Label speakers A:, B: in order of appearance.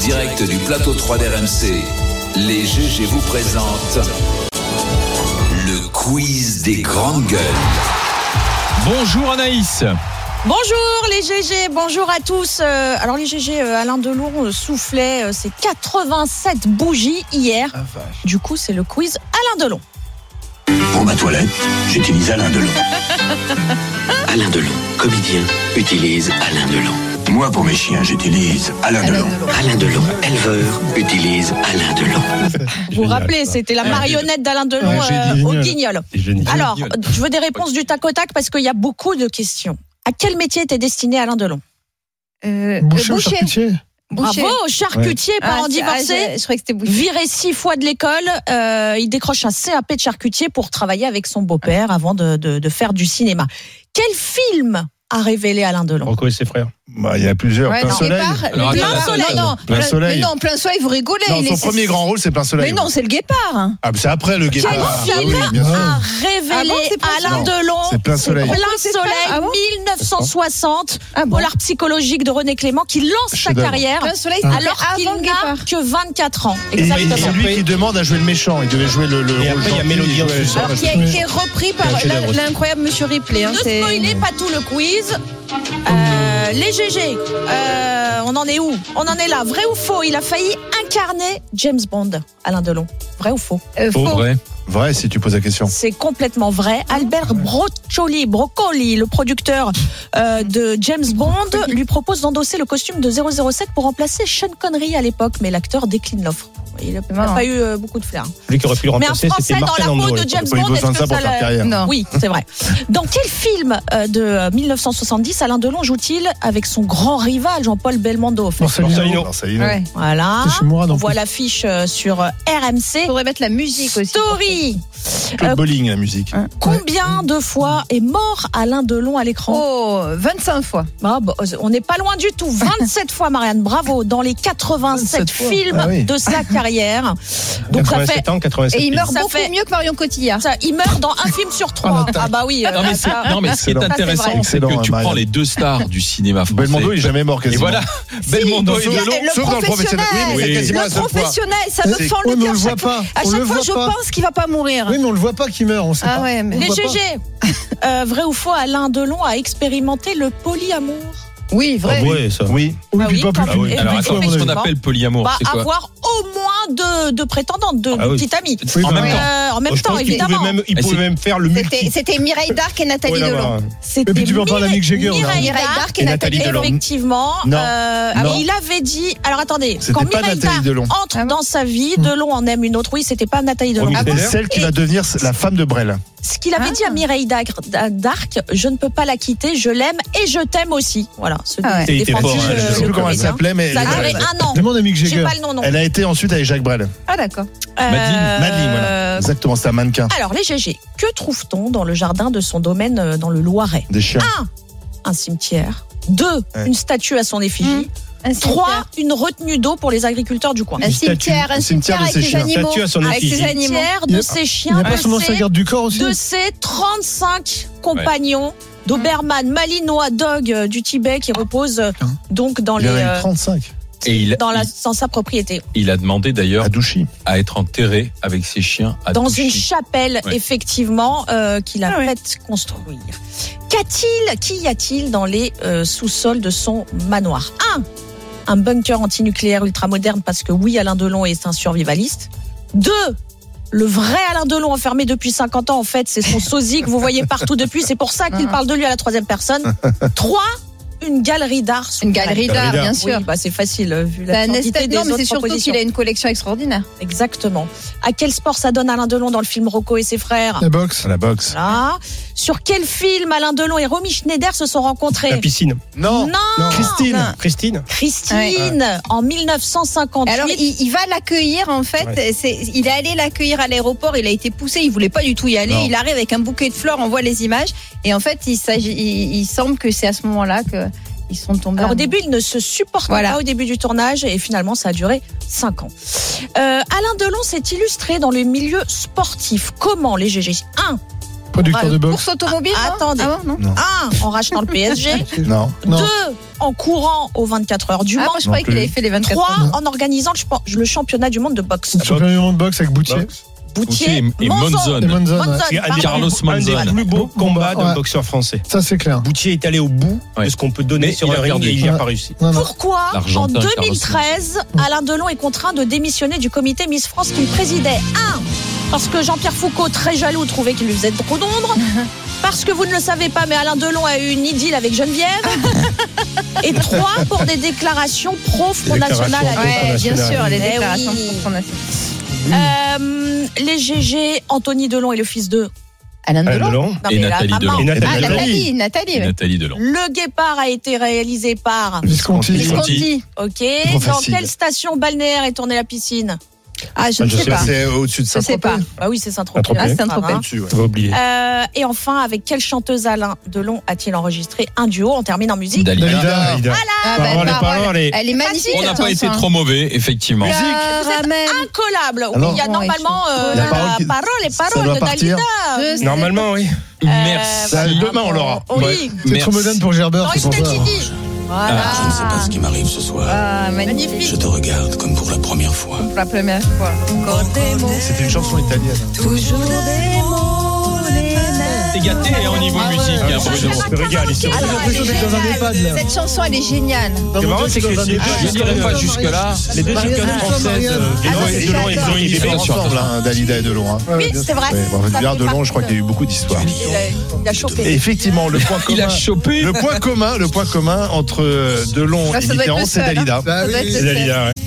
A: direct du plateau 3 d'RMC, les GG vous présentent le quiz des grandes gueules.
B: Bonjour Anaïs.
C: Bonjour les GG, bonjour à tous. Euh, alors les GG, euh, Alain Delon euh, soufflait euh, ses 87 bougies hier.
D: Ah,
C: Du coup, c'est le quiz Alain Delon.
E: Pour ma toilette, j'utilise Alain Delon.
F: Alain Delon, comédien, utilise Alain Delon.
E: Moi, pour mes chiens, j'utilise Alain Delon.
F: Alain Delon, éleveur, utilise Alain Delon.
C: Vous vous rappelez, c'était la marionnette d'Alain Delon
D: Ouais,
C: euh,
D: Ah, génial.
C: au guignol.
D: Génial.
C: Alors, je veux des réponses du tac au tac parce qu'il y a beaucoup de questions. À quel métier était destiné Alain Delon
G: Euh,
D: Boucher,
G: euh,
D: ou charcutier
G: Boucher.
C: Bravo, charcutier,
G: Ah,
C: parents
G: c'est-
C: divorcés.
G: ah, je, je croyais que c'était boucher.
C: Viré six fois de l'école, euh, il décroche un CAP de charcutier pour travailler avec son beau-père avant de, de- de faire du cinéma. Quel film a révélé Alain Delon
D: Rocco et ses frères.
H: Bah, il y a plusieurs.
G: Ouais,
H: plein
G: non.
H: soleil.
G: Guépard, le
B: Alors,
G: guépard.
C: Plein soleil, non.
H: Plein
G: Mais
H: soleil.
G: non, plein soleil, vous rigolez.
H: Non,
G: il
H: son
G: est-
H: premier grand rôle, c'est plein soleil.
G: Mais non, c'est le guépard. hein.
H: Ah, mais c'est après le guépard.
C: grand
H: Ah oui, bien sûr.
C: A
G: Ah bon,
C: révélé
G: c'est pas
C: Alain
H: ça.
C: Delon.
H: C'est plein soleil.
C: Plein
G: c'est
C: soleil,
G: pas- ah bon
C: 1960,
G: Ah bon.
C: polar psychologique de René Clément qui lance sa
H: Chef-d'œuvre.
C: carrière
G: Plein soleil, c'était
C: alors qu'il
G: Ah, avant le
C: n'a
G: guépard.
C: que 24 ans.
H: Et
C: Exactement.
H: c'est lui qui demande à jouer le méchant. Il devait jouer le, le
D: Et
H: rôle
D: après, il y a
H: gentil,
D: Mélodie
H: il
D: en
H: jouait-
D: dessous.
G: Alors, qui a été repris par
D: un chef-d'œuvre
G: l'in-
D: aussi.
G: l'incroyable Monsieur Ripley. hein,
C: Ne
G: c'est-
C: spoilez pas tout le quiz. Euh, les GG, euh, on en est où On en est là. Vrai ou faux Il a failli incarner James Bond, Alain Delon. Vrai ou faux
G: Euh,
B: Oh,
G: faux.
H: Vrai, si tu poses la question.
C: C'est complètement vrai. Albert Broccoli, Broccoli, le producteur euh, de James Bond, lui propose d'endosser le costume de 007 pour remplacer Sean Connery à l'époque, mais l'acteur décline l'offre. Il n'a
G: marrant.
C: pas eu euh, beaucoup de flair.
D: Celui qui aurait pu le
C: Mais un
D: remplacer,
C: Français
D: c'était
C: dans la
D: Martin
C: peau
D: Landau.
C: de James
H: Faut pas
C: Bond,
H: besoin
C: est-ce
H: de ça
C: que
H: pour
C: ça
H: faire
C: l'a-
H: carrière.
G: Non.
C: Oui, c'est vrai. Dans quel film euh, de euh, 1970 Alain Delon joue-t-il avec son grand rival Jean-Paul Belmondo au fait
D: Borsalino.
H: Borsalino.
G: Ouais.
C: Voilà.
D: C'est chez moi,
C: On
D: non
C: voit l'affiche euh, sur euh,
G: Il
C: RMC.
G: faudrait mettre la musique aussi.
C: Story.
H: Claude Bolling, la musique.
C: Combien de fois est mort Alain Delon à l'écran
G: Oh, 25 fois.
C: Ah, bah, On n'est pas loin du tout. 27 fois, Marianne. Bravo. Dans les 87
G: 27 fois.
C: films
H: Ah oui.
C: de sa carrière. Donc ça fait
D: 87 ans, 87
G: Et il
D: films.
G: meurt
C: Ça
G: beaucoup
C: fait-
G: mieux que Marion Cotillard.
C: ça, il meurt dans un film sur trois. Ah, bah oui. euh,
B: Non mais, c'est-
C: ça-
B: non, mais ce qui est
H: Excellent.
C: Ça, c'est
B: intéressant,
C: vrai.
B: c'est que
H: Excellent,
B: tu
H: Marianne.
B: prends les deux stars du cinéma français.
H: Belmondo, il est jamais mort
B: Et
H: quasiment.
B: voilà, Belmondo et
H: Sauf-
B: Delon.
G: le
H: sauf dans le professionnel. Oui,
G: professionnel.
B: Oui.
H: c'est quasiment la
G: Le
H: seule fois.
G: professionnel, ça me
H: C'est-
G: fend le
I: Oui, mais on
G: cœur.
I: le voit
G: chaque fois.
I: pas.
G: À
I: On
G: chaque
I: le
G: fois,
I: voit
G: je
I: pas.
G: pense qu'il va pas mourir.
I: Oui, mais on le voit pas qui meurt, on sait
G: Ah
I: pas.
G: ouais, mais-
C: Les
I: voit pas.
C: GG. Euh, vrai ou faux, Alain Delon a expérimenté le polyamour
G: Oui,
D: Ah
G: vrai.
D: ouais, ça.
H: Oui.
C: Bah oui,
I: puis pas
C: quand
I: plus
C: même.
D: Ah oui,
C: Et
B: Alors attends,
C: oui,
B: qu'est-ce qu'on
C: effectivement.
B: appelle polyamour
C: Bah,
B: C'est quoi
C: avoir au moins deux, deux prétendantes, deux,
D: Ah
C: deux
D: oui.
C: petites amies.
D: Oui,
B: En
D: bah,
B: même temps.
C: Euh, en même
D: Oh, je
C: temps,
D: pense qu'il
C: évidemment.
D: pouvait même- Il
B: Et
D: pouvait
B: c'est-
D: même faire le multi.
G: C'était c'était Mireille Darc et Nathalie
D: Ouais,
G: Delon.
D: là-bas.
C: C'était
I: Et puis tu vas en parler à Mick Jagger, là.
C: Mireille
G: Mireille
C: Darc,
G: Darc et
D: Et
G: Nathalie
D: Nathalie Delon.
C: Effectivement.
H: Non.
C: euh,
H: Non.
C: Il avait dit. Alors attendez,
H: C'était
C: quand
H: pas
C: Mireille
H: Nathalie
C: Darc
H: Delon.
C: entre
G: Ah bon
C: dans sa vie, Delon en aime une autre. Oui, c'était pas Nathalie Delon.
D: Remis
G: Ah
H: C'est
G: bon
H: celle qui
C: Et-
H: va devenir la femme de Brel.
C: Ce qu'il avait
G: Ah.
C: dit à Mireille Darc, euh, Darc, je ne peux pas la quitter, je l'aime et je t'aime aussi. Voilà. Ce
G: Ah ouais.
D: Il était
C: défendu,
D: fort, hein,
C: euh,
H: Je sais
C: le
H: plus comment elle
C: comédien.
H: s'appelait, mais
C: Ça a
H: elle-
C: duré un an.
I: Demande à Mick
C: J'ai
I: Jagger.
C: pas le nom non.
H: elle a été ensuite avec Jacques Brel.
G: Ah d'accord.
C: Euh,
H: Madeleine, voilà. Exactement, c'est un mannequin.
C: Alors les GG, que trouve-t-on dans le jardin de son domaine euh, dans le Loiret
H: Des chiens.
C: Un cimetière. Deux,
H: Ouais.
C: une statue à son effigie.
G: Mmh, Un
C: Trois, une retenue d'eau pour les agriculteurs du coin.
G: Un cimetière, un
H: Un cimetière
G: cimetière
H: de
G: avec
H: ses
G: ses
H: chiens.
G: animaux.
D: Statue à son
G: Avec ses
D: effigie.
G: animaux.
C: Cimetière
I: Il y
C: de
I: a-
C: ses
I: Il n'y
C: chiens,
I: a pas son ancien
C: passés
I: garde du corps aussi
C: de ses 35 compagnons d'Oberman, Malinois, Dog euh, du Tibet qui repose euh, donc dans
H: Ah. Hein. Il
C: les
H: y en a
C: euh,
H: eu 35
B: Et il,
C: dans, la,
B: il-
C: dans sa propriété,
B: il a demandé d'ailleurs
H: à Douchy.
B: à être enterré avec ses chiens à
C: dans
B: Douchy.
C: une chapelle
B: Ouais.
C: effectivement euh, qu'il a
G: Ah ouais.
C: fait construire. Qu'a-t-il, qu'y a-t-il dans les euh, sous-sols de son manoir Un, un bunker antinucléaire ultramoderne parce que oui, Alain Delon est un survivaliste. Deux, le vrai Alain Delon enfermé depuis 50 ans en fait, c'est son sosie que vous voyez partout depuis, c'est pour ça qu'il parle de lui à la troisième personne. Trois, une galerie d'art. sous
G: Une
C: terre.
G: galerie d'art, bien sûr.
C: Oui, bah c'est facile euh, vu
G: C'est
C: la
G: un
C: quantité
G: esthète,
C: des
G: non, mais
C: autres
G: c'est surtout
C: propositions.
G: qu'il a une collection extraordinaire.
C: Exactement. À quel sport ça donne Alain Delon dans le film Rocco et ses frères
H: Euh.
I: La boxe.
H: La boxe.
C: Voilà. Sur quel film Alain Delon et Romy Schneider se sont rencontrés
D: La piscine.
H: Non,
C: Non
H: Christine.
D: Christine
C: Christine en
G: Et
C: 1958.
G: Alors, il, il va l'accueillir, en fait. C'est, il est allé l'accueillir à l'aéroport, il a été poussé, il voulait pas du tout y aller.
H: Non.
G: Il arrive avec un bouquet de fleurs, on voit les images. Et en fait, il, s'agit, il, il semble que c'est à ce moment-là qu'ils sont tombés.
C: Alors, au
G: amoureux.
C: début, ils ne se supportent
G: euh, Voilà.
C: pas au début du tournage et finalement, ça a duré 5 ans. Euh, Alain Delon s'est illustré dans le milieu sportif. Comment les GG 1.
I: Producteur de boxe.
G: Ah, Course automobile
C: Ah,
G: non
C: attendez.
G: Ah, bon, non
C: Un, en rachetant le PSG.
H: Non.
I: Non.
C: Deux, en courant aux 24 heures du
G: Ah,
C: Mans.
G: moi, je croyais
H: plus.
G: qu'il avait fait les 24
C: Trois,
G: heures.
C: en organisant le champ- le championnat du monde de boxe.
I: Championnat du monde de boxe avec Boutier.
B: Boutier
C: Boutier,
B: et- et
I: Et
B: Monzon.
I: Monzon,
C: Monzon,
I: ouais.
C: pardon.
B: Carlos Monzon.
D: plus beau combat d'un
I: Ouais.
D: boxeur français.
I: Ça, c'est clair.
D: Boutier est allé au bout
B: Ouais.
D: de ce qu'on peut donner
B: Mais
D: sur
B: il a
D: le ring
B: perdu.
D: et il n'y a
I: Ouais.
D: pas réussi.
I: Non, non.
C: Pourquoi, en
B: L'Argentin, Carlos
C: 2013, Alain Delon est contraint de démissionner du comité Miss France qu'il présidait 1. Parce que Jean-Pierre Foucault, très jaloux, trouvait qu'il lui faisait trop d'ombre. Parce que vous ne le savez pas, mais Alain Delon a eu une idylle avec Geneviève. Et 3. Pour des déclarations pro-Front National. à l'époque.
G: Ouais, bien sûr, les
C: Eh oui.
G: déclarations de son national.
C: Euh, les GG, Anthony Delon et le fils de.
G: Alain
D: Alain Delon
G: Delon.
C: Non,
B: Et
C: mais la
B: Nathalie
C: maman.
D: Euh, et
B: Delon.
D: Nathalie Delon.
G: Ah, Nathalie, Nathalie. ouais.
B: Nathalie Delon.
C: Le Guépard a été réalisé par.
I: Visconti.
G: Qu'est-ce qu'on dit
C: Ok.
H: Trop
C: Dans
H: facile.
C: quelle station balnéaire est tournée la piscine
G: Ah, je ne sais pas.
H: C'est au-dessus de
G: Je
H: ça.
G: ne sais pas.
C: Bah oui, c'est Saint-Tropez. hein.
G: Ah, c'est Saint-Tropez.
H: Au-dessus, ouais.
D: T'avais oublié.
C: Euh, et enfin, avec quelle chanteuse Alain Delon a-t-il enregistré un duo On termine en musique.
B: Dalida.
I: Dalida.
D: Dalida.
G: Ah, bah,
D: Parole,
G: parole.
D: parole, et-
G: Elle est magnifique.
B: On n'a
G: cette
B: pas été
G: chanson.
B: trop mauvais, effectivement.
C: Euh,
G: Caramel.
C: Incollable. Oui,
H: Alors
C: il y a
G: Ouais,
C: normalement euh,
H: Ah La
C: la,
H: parole qui-
C: parole et
H: ça
C: parole
H: doit
C: de
H: partir.
C: Dalida. Euh,
G: Je
D: Normalement, oui.
B: Merci.
H: Ça, demain, on l'aura.
C: Oui.
I: C'est trop moderne pour Gerber.
C: Dans
I: c'est pour
C: Einstein
I: ça.
C: qui dit. Voilà.
E: Je ne sais pas ce qui m'arrive ce soir.
G: Ah, magnifique.
E: Je te regarde comme pour la première fois.
G: Pour la première fois.
H: C'était une chanson italienne.
B: T'es gâté hein, au niveau musique, hein, Bruno.
D: Je te régale ici.
G: Alors, elle
I: l'impression
G: est
I: d'être dans un EHPAD,
G: géniale.
I: là.
G: Cette chanson, elle est géniale.
D: Ce qui est marrant, c'est que les deux-
B: Je n'irai pas jusque-là.
D: les deux
I: Marianne,
D: chansons françaises,
I: Marianne.
D: euh,
G: Ah,
D: Delon
G: c'est
D: et Delon, ils
B: d'accord.
D: ont une
H: Ils
B: Il est
H: étaient
B: bien sûr.
H: ensemble, hein, Dalida et Delon. hein.
C: Oui, c'est vrai.
H: Ouais, bon,
C: Ça
H: bien
C: fait
H: Delon,
C: partie
H: je crois
C: de-
H: qu'il y a eu beaucoup d'histoires.
C: Il a, il a chopé.
H: Et effectivement, le point
B: Il
H: commun,
B: a chopé.
H: le point commun, le point commun entre euh, Delon
G: Ah,
H: et
G: ça doit être
H: Mitterrand,
G: le
H: c'est
G: seul, hein.
H: Dalida.
G: Ça doit être le
D: C'est
G: seul.
D: Dalida, ouais.